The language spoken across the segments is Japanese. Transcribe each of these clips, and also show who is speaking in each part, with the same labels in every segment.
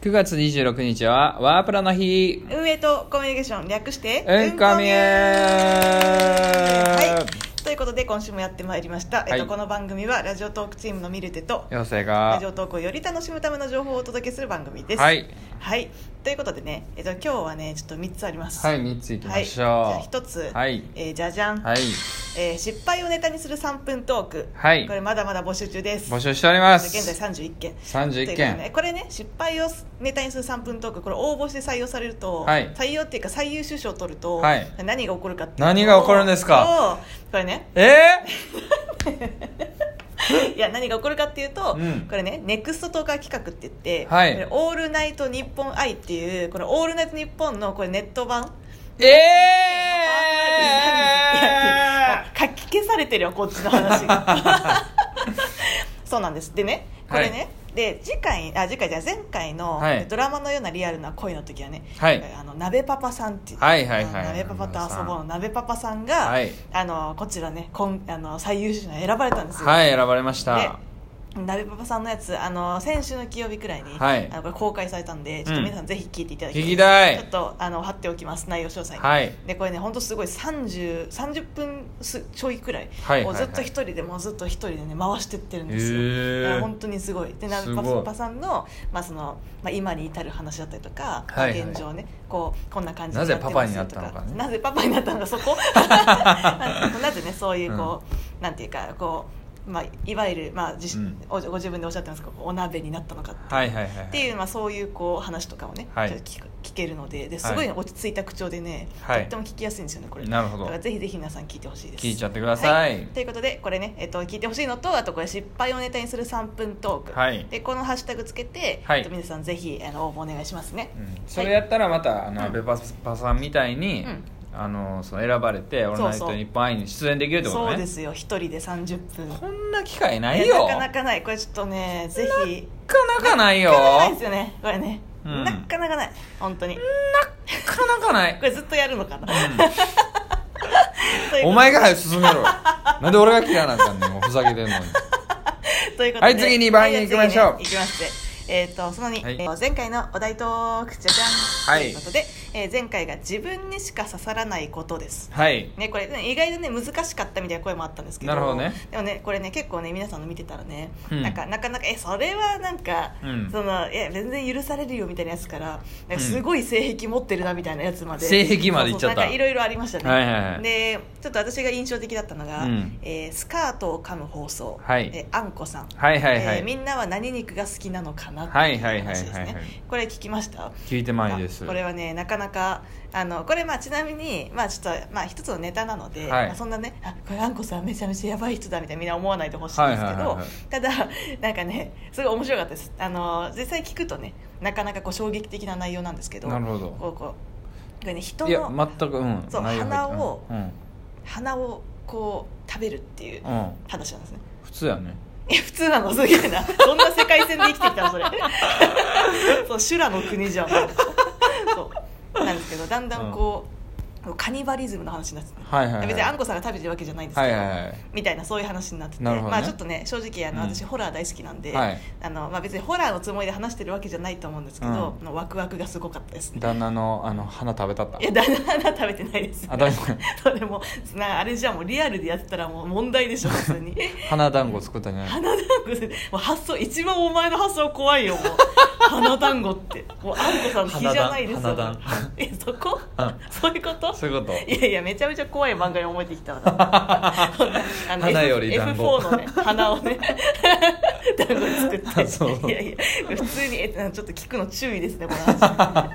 Speaker 1: 9月26日はワープロの日
Speaker 2: 運営とコミュニケーション略して
Speaker 1: うんこみゅー
Speaker 2: はいということで今週もやってまいりました、
Speaker 1: は
Speaker 2: え
Speaker 1: い
Speaker 2: っと、この番組はラジオトークチームのミルテと
Speaker 1: 妖精
Speaker 2: ラ
Speaker 1: が
Speaker 2: ジオトークをより楽しむための情報をお届けする番組です
Speaker 1: はい、
Speaker 2: はいということでね、えっと、今日はねちょっと3つあります
Speaker 1: はい、3ついきましょう
Speaker 2: はいじゃあ1つ、
Speaker 1: はい
Speaker 2: えーじゃじゃん、
Speaker 1: はい
Speaker 2: えー失敗をネタにする3分トーク、
Speaker 1: はい
Speaker 2: これまだまだ募集中です
Speaker 1: 募集しております
Speaker 2: 現在31件というこ
Speaker 1: 31
Speaker 2: とで
Speaker 1: 件
Speaker 2: ねこれね失敗をネタにする3分トークこれ応募して採用されると、
Speaker 1: はい
Speaker 2: 採用っていうか最優秀賞を取ると、
Speaker 1: はい
Speaker 2: 何が起こるかっていう
Speaker 1: 何が起こるんですか
Speaker 2: そうこれね
Speaker 1: え
Speaker 2: いや何が起こるかっていうと、
Speaker 1: うん
Speaker 2: これねネクストトーカー企画って言って、
Speaker 1: はい
Speaker 2: これオールナイトニッポン愛っていうこのオールナイトニッポンのこれネット版
Speaker 1: ー、え
Speaker 2: 書き消されてるよこっちの話がそうなんですでねこれね、で次回あ次回じゃない前回の、
Speaker 1: はい
Speaker 2: ドラマのようなリアルな恋の時はね、
Speaker 1: はい
Speaker 2: あの鍋パパさんっていう、
Speaker 1: はいはいはい
Speaker 2: あの鍋パパと遊ぼうの
Speaker 1: 鍋
Speaker 2: 鍋パパさんが、
Speaker 1: はい
Speaker 2: あのこちらねこんあの最優秀に選ばれたんです
Speaker 1: ー、
Speaker 2: よ、
Speaker 1: はい選ばれました
Speaker 2: で鍋パパさんのやつあの先週の金曜日くらいに、
Speaker 1: はい
Speaker 2: あのこれ公開されたんでちょっと皆さんぜひ聞いていただきたい
Speaker 1: 聞きたい
Speaker 2: ちょっとあの貼っておきます内容詳細に
Speaker 1: はい
Speaker 2: でこれね本当すごい 30, 30分すちょいくらい
Speaker 1: はい
Speaker 2: を
Speaker 1: はいは
Speaker 2: ず
Speaker 1: い
Speaker 2: っと一人でもうずっと一人でね回してってるんですよ、
Speaker 1: へー
Speaker 2: だから本当にすごいでな
Speaker 1: す
Speaker 2: ん
Speaker 1: ご
Speaker 2: パ
Speaker 1: い
Speaker 2: パパさんの,、まあそのまあ、今に至る話だったりとか、まあ
Speaker 1: はいはい
Speaker 2: 現状ねこうこんな感じ
Speaker 1: なぜ
Speaker 2: ってます
Speaker 1: パパになったのかね
Speaker 2: となぜパパになったのかそこなぜねそういうこう、なんていうかこう、まあ、いわゆる、まあ自
Speaker 1: うん
Speaker 2: おご自分でおっしゃってますけどお鍋になったのかっていう
Speaker 1: はいはいはい
Speaker 2: っていう、まあ、そういうこう話とかをね、
Speaker 1: はい
Speaker 2: ちょっと聞く聞けるのでですごい
Speaker 1: は
Speaker 2: 落ち着いた口調でね、
Speaker 1: はい
Speaker 2: とっても聞きやすいんですよねこれ
Speaker 1: なるほど
Speaker 2: だからぜひぜひ皆さん聞いてほしいです
Speaker 1: 聞いちゃってください
Speaker 2: はということでこれね、えっと、聞いてほしいのとあとこれ失敗をネタにする3分トーク、
Speaker 1: はい
Speaker 2: でこのハッシュタグつけて、
Speaker 1: はい
Speaker 2: えっと皆さんぜひあの応募お願いしますね、
Speaker 1: うんそれやったらまたあの、
Speaker 2: うん
Speaker 1: 安倍パパさんみたいに、
Speaker 2: うん
Speaker 1: あのその選ばれて「オールナイトニッポン愛」に出演できるってことね
Speaker 2: そうですよ一人で30分
Speaker 1: こんな機会ない
Speaker 2: いや
Speaker 1: よ
Speaker 2: なかなかないこれちょっとねぜひ
Speaker 1: なかなかないよ
Speaker 2: なかなかないですよねこれね、
Speaker 1: うん
Speaker 2: なかなかない本当にこ
Speaker 1: なかなかない、
Speaker 2: れずっ とやるのかな、
Speaker 1: うんお前が早く進めろなんで俺が嫌いなんかねんもうふざけてんのに
Speaker 2: ということで
Speaker 1: はい次に番組行きましょう
Speaker 2: はい次ね行きますねえっ、とその2、
Speaker 1: はい
Speaker 2: えー前回のお題トークじゃじゃん、
Speaker 1: はい
Speaker 2: ということで、えー前回が自分にしか刺さらないことです
Speaker 1: はい
Speaker 2: ね、これね意外とね難しかったみたいな声もあったんですけど
Speaker 1: なるほどね
Speaker 2: でもねこれね結構ね皆さんの見てたらね、
Speaker 1: うん
Speaker 2: なんかなかなかえそれはなんか、
Speaker 1: うん
Speaker 2: そのいや全然許されるよみたいなやつからなんかすごい性癖持ってるなみたいなやつまで、
Speaker 1: 性癖までいっちゃった
Speaker 2: そうそうなんかいろいろありましたね、
Speaker 1: はいはいはい
Speaker 2: でちょっと私が印象的だったのが、
Speaker 1: うん
Speaker 2: えースカートを噛む放送、
Speaker 1: はい
Speaker 2: えーあんこさん
Speaker 1: はいはいはい
Speaker 2: えーみんなは何肉が好きなのかなって
Speaker 1: はいいうはいはいはいはい
Speaker 2: 話ですねこれ聞きました
Speaker 1: 聞いてないです
Speaker 2: あこれはねなかなかあのこれまあちなみにまあちょっとまあ一つのネタなので、
Speaker 1: はい
Speaker 2: まあそんなねあこれあんこさんめちゃめちゃやばい人だみたいなみんな思わないでほしいんですけ
Speaker 1: はいは
Speaker 2: ど、
Speaker 1: いはいはい
Speaker 2: ただなんかねすごい面白かったですあの実際聞くとねなかなかこう衝撃的な内容なんですけど
Speaker 1: なるほど
Speaker 2: こうこうこれね人
Speaker 1: いや
Speaker 2: の
Speaker 1: 全くうん
Speaker 2: そう
Speaker 1: 内容入って
Speaker 2: 鼻を
Speaker 1: うん、うん
Speaker 2: 鼻をこう食べるっていう
Speaker 1: うん
Speaker 2: 話なんですね
Speaker 1: 普通やね
Speaker 2: え普通なのすげえなどんな世界線で生きてきたのそれ そう修羅の国じゃんもうそうなんですけどだんだんこう、カニバリズムの話になってて、
Speaker 1: はいはいはい
Speaker 2: 別にあんこさんが食べてるわけじゃないんです
Speaker 1: は
Speaker 2: け
Speaker 1: い
Speaker 2: ど、
Speaker 1: はいはい
Speaker 2: みたいなそういう話になってて、
Speaker 1: なるほどね
Speaker 2: まあちょっとね正直あの
Speaker 1: うん
Speaker 2: 私、ホラー大好きなんで、
Speaker 1: はい
Speaker 2: あのまあ、別にホラーのつもりで話してるわけじゃないと思うんですけど、
Speaker 1: う
Speaker 2: あのワクワクがすごかったですね
Speaker 1: 旦那のあの花食べたった
Speaker 2: いやだ んだん食べてないです
Speaker 1: あ食べてない
Speaker 2: それもなあれじゃもうリアルでやってたらもう問題 でしょ普通に
Speaker 1: 花団子作ったんじゃない
Speaker 2: 花団子もう発想一番お前の発想怖 いよもう花団子ってもうあんこさんの日じゃないですよ
Speaker 1: 花団
Speaker 2: えそこ
Speaker 1: うん
Speaker 2: そういうこと
Speaker 1: そういうこと
Speaker 2: いやいやめちゃめちゃ怖い漫画に思えてきたわ あの
Speaker 1: 花より
Speaker 2: F-
Speaker 1: 団子
Speaker 2: F4 のね花をね 団子作って
Speaker 1: あ そう
Speaker 2: いやいや普通にえちょっと聞くの注意ですねこの 話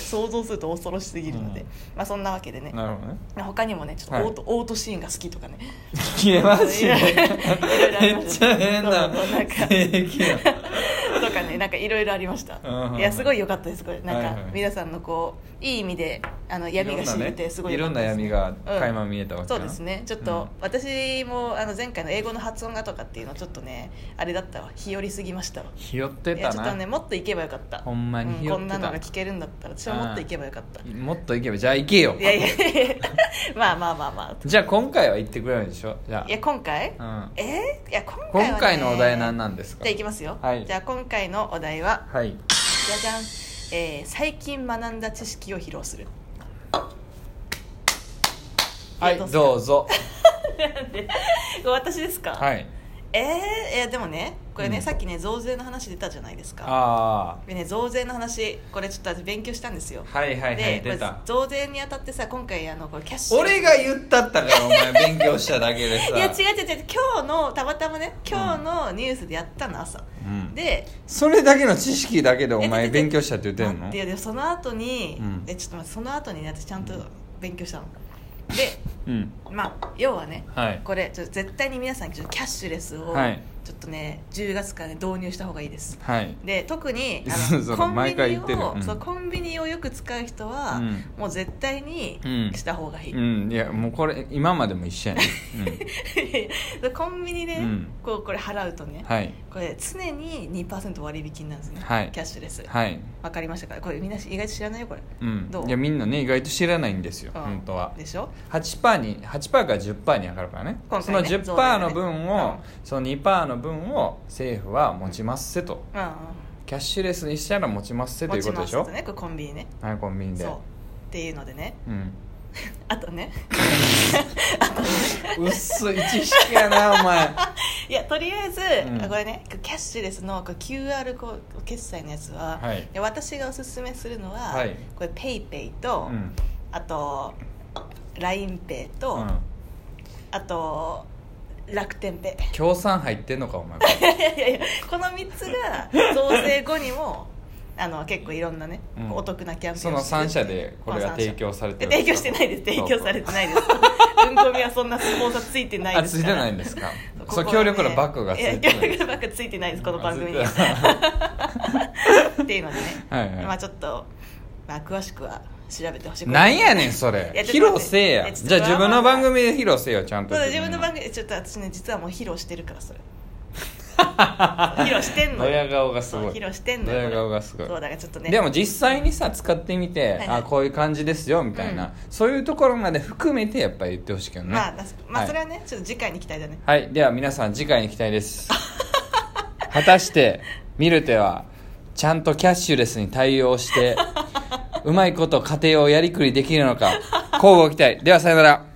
Speaker 2: 想像すると恐ろしすぎるので、
Speaker 1: うん
Speaker 2: まあそんなわけでね
Speaker 1: なるほどね
Speaker 2: 他にもねちょっとオート、オートシーンが好きとかね
Speaker 1: いやマジ
Speaker 2: い
Speaker 1: で
Speaker 2: やいやいやいや
Speaker 1: めっちゃ変な
Speaker 2: そうそうなんか
Speaker 1: 性癖や
Speaker 2: とかねなんかいろいろありました
Speaker 1: うんうん
Speaker 2: いやすごい良かったですこれなん
Speaker 1: はいはい
Speaker 2: か皆さんのこういい意味であの闇が知れてすごい
Speaker 1: い
Speaker 2: 良
Speaker 1: ろ
Speaker 2: か
Speaker 1: ん
Speaker 2: っ
Speaker 1: な
Speaker 2: たです
Speaker 1: 闇が垣間
Speaker 2: うん
Speaker 1: 見えたわけ
Speaker 2: そ
Speaker 1: や
Speaker 2: う
Speaker 1: な
Speaker 2: ですねちょっと、私もあの前回の英語の発音がとかっていうのちょっとねあれだったわ日和りすぎましたわ
Speaker 1: ひよって
Speaker 2: いや
Speaker 1: た
Speaker 2: ちょっとね
Speaker 1: な
Speaker 2: もっと行けばよかった
Speaker 1: ほんまに
Speaker 2: う
Speaker 1: 日
Speaker 2: こ
Speaker 1: 和って
Speaker 2: ん
Speaker 1: た
Speaker 2: なのが聞けるんだったら私はもっと行けばよかった
Speaker 1: もっと行けばじゃあ行けよ
Speaker 2: いやいやいや まあまあまあまあ
Speaker 1: じゃあ今回は行ってくれるんでしょじゃ
Speaker 2: いや今回、
Speaker 1: あうん
Speaker 2: えーいや今回は、ね、
Speaker 1: 今回のお題何なんです
Speaker 2: じ
Speaker 1: か
Speaker 2: ゃあいきますよ、
Speaker 1: はい
Speaker 2: じゃあ今回のお題は
Speaker 1: はい
Speaker 2: じゃじゃん、えー最近学んだ知識を披露する
Speaker 1: はいどうぞ
Speaker 2: これ私ですか、
Speaker 1: はい
Speaker 2: えーえーでもねこれね、
Speaker 1: うん
Speaker 2: さっきね増税の話出たじゃないですか
Speaker 1: あ
Speaker 2: でね増税の話これちょっと私勉強したんですよ
Speaker 1: あはいはいは
Speaker 2: で
Speaker 1: い
Speaker 2: これ
Speaker 1: 出た
Speaker 2: 増税にあたってさ今回あのこれキャッシュ
Speaker 1: 俺が言ったったからお前勉強しただけでさ
Speaker 2: いや違う違う違う今日のたまたまね今日のニュースでやったの朝、
Speaker 1: うん
Speaker 2: で
Speaker 1: それだけの知識だけでお
Speaker 2: え
Speaker 1: 前
Speaker 2: ちょちょ
Speaker 1: 勉強したって言ってん
Speaker 2: 待
Speaker 1: の
Speaker 2: っていやでもその後に、
Speaker 1: うん
Speaker 2: えちょっと待ってその後にね私ちゃんと勉強したので
Speaker 1: うん
Speaker 2: まあ要はね
Speaker 1: はい
Speaker 2: これちょっと絶対に皆さんちょっとキャッシュレスを、
Speaker 1: はい
Speaker 2: ちょっとね10月から、ね、導入した方がいいです
Speaker 1: はい
Speaker 2: で特に
Speaker 1: そうそう
Speaker 2: コンビ
Speaker 1: 毎回
Speaker 2: ニ
Speaker 1: 言ってる
Speaker 2: を、
Speaker 1: うん
Speaker 2: そうコンビニをよく使う人は、
Speaker 1: うん
Speaker 2: もう絶対に
Speaker 1: うん
Speaker 2: した方がいい、
Speaker 1: うんいやもうこれ今までも一緒やね、
Speaker 2: でコンビニで、
Speaker 1: うん
Speaker 2: こうこれ払うとね、
Speaker 1: うん、はい
Speaker 2: これ常に2%割引なんですね、
Speaker 1: はい
Speaker 2: キャッシュレスわ、
Speaker 1: はい
Speaker 2: かりましたかこれみんな意外と知らないよこれ、
Speaker 1: うん
Speaker 2: どう
Speaker 1: いやみんなね意外と知らないんですよ、
Speaker 2: うん
Speaker 1: 本当は
Speaker 2: でしょ
Speaker 1: 8%に8%から10%に上がるからね
Speaker 2: 今回ね
Speaker 1: その
Speaker 2: 増大
Speaker 1: 10%
Speaker 2: ね
Speaker 1: の分を、
Speaker 2: うん
Speaker 1: その2%の分を政府は持ちますせと、
Speaker 2: うんうん
Speaker 1: キャッシュレスにしたら持ちますせということでしょ、
Speaker 2: 持ちますねこれコンビニね
Speaker 1: はいコンビニで
Speaker 2: そうっていうのでね
Speaker 1: うん
Speaker 2: あとね
Speaker 1: 薄い知識やなお 前
Speaker 2: いやとりあえず、
Speaker 1: うん
Speaker 2: これねキャッシュレスのこう QR コード決済のやつは、
Speaker 1: はい
Speaker 2: で私がおすすめするのは、
Speaker 1: はい
Speaker 2: これ PayPay ペイペイと、
Speaker 1: うん
Speaker 2: あと LINEPay と、
Speaker 1: うん
Speaker 2: あと楽天ペイ
Speaker 1: 協賛入ってんのか お前
Speaker 2: いやいやいやこの3つが増税後にもあの結構いろんなね、
Speaker 1: うん
Speaker 2: お得なキャンペー
Speaker 1: そ
Speaker 2: ン
Speaker 1: の
Speaker 2: をしてる
Speaker 1: 3社でこれが提供されて
Speaker 2: え
Speaker 1: る
Speaker 2: 提供してないです提供されてないです うんこみはそんなスポンサーついてない
Speaker 1: あ
Speaker 2: で
Speaker 1: つ
Speaker 2: す
Speaker 1: い
Speaker 2: か
Speaker 1: て
Speaker 2: ら
Speaker 1: ないんです か
Speaker 2: ここ
Speaker 1: そ
Speaker 2: は
Speaker 1: う
Speaker 2: ね
Speaker 1: 協力のバッグがついて
Speaker 2: や協
Speaker 1: ない
Speaker 2: 力のバッグついてないですこの番組に
Speaker 1: あ
Speaker 2: は
Speaker 1: ついてない
Speaker 2: っていうのでね、
Speaker 1: はいはい
Speaker 2: まあちょっと、まあ、詳しくは調べてほしい
Speaker 1: なんやねんそ
Speaker 2: いや
Speaker 1: れ
Speaker 2: ち
Speaker 1: 披
Speaker 2: ょっと待って
Speaker 1: 露せえ
Speaker 2: い
Speaker 1: や
Speaker 2: やちょっと
Speaker 1: じゃあ自分の
Speaker 2: まあまあ
Speaker 1: 番組で披露せえよちゃんと
Speaker 2: そうだ自分の番組ちょっと私ね実はもう披露してるから それ披露してんのよ
Speaker 1: ドヤ顔がすごい
Speaker 2: そう披露してんのよ
Speaker 1: ドヤ顔がすごい
Speaker 2: そうだからちょっとね
Speaker 1: でも実際にさ使ってみて、
Speaker 2: はいはい
Speaker 1: あこういう感じですよみたいな、
Speaker 2: うん
Speaker 1: そういうところまで含めてやっぱり言ってほしいけどね、
Speaker 2: まあ、だすまあ
Speaker 1: はい
Speaker 2: それはね、ちょっと次回に期待だね
Speaker 1: はいでは皆さん次回に期待です 果たしてミルテはちゃんとキャッシュレスに対 応してうまいこと家庭をやりくりできるのか交互期待ではさよなら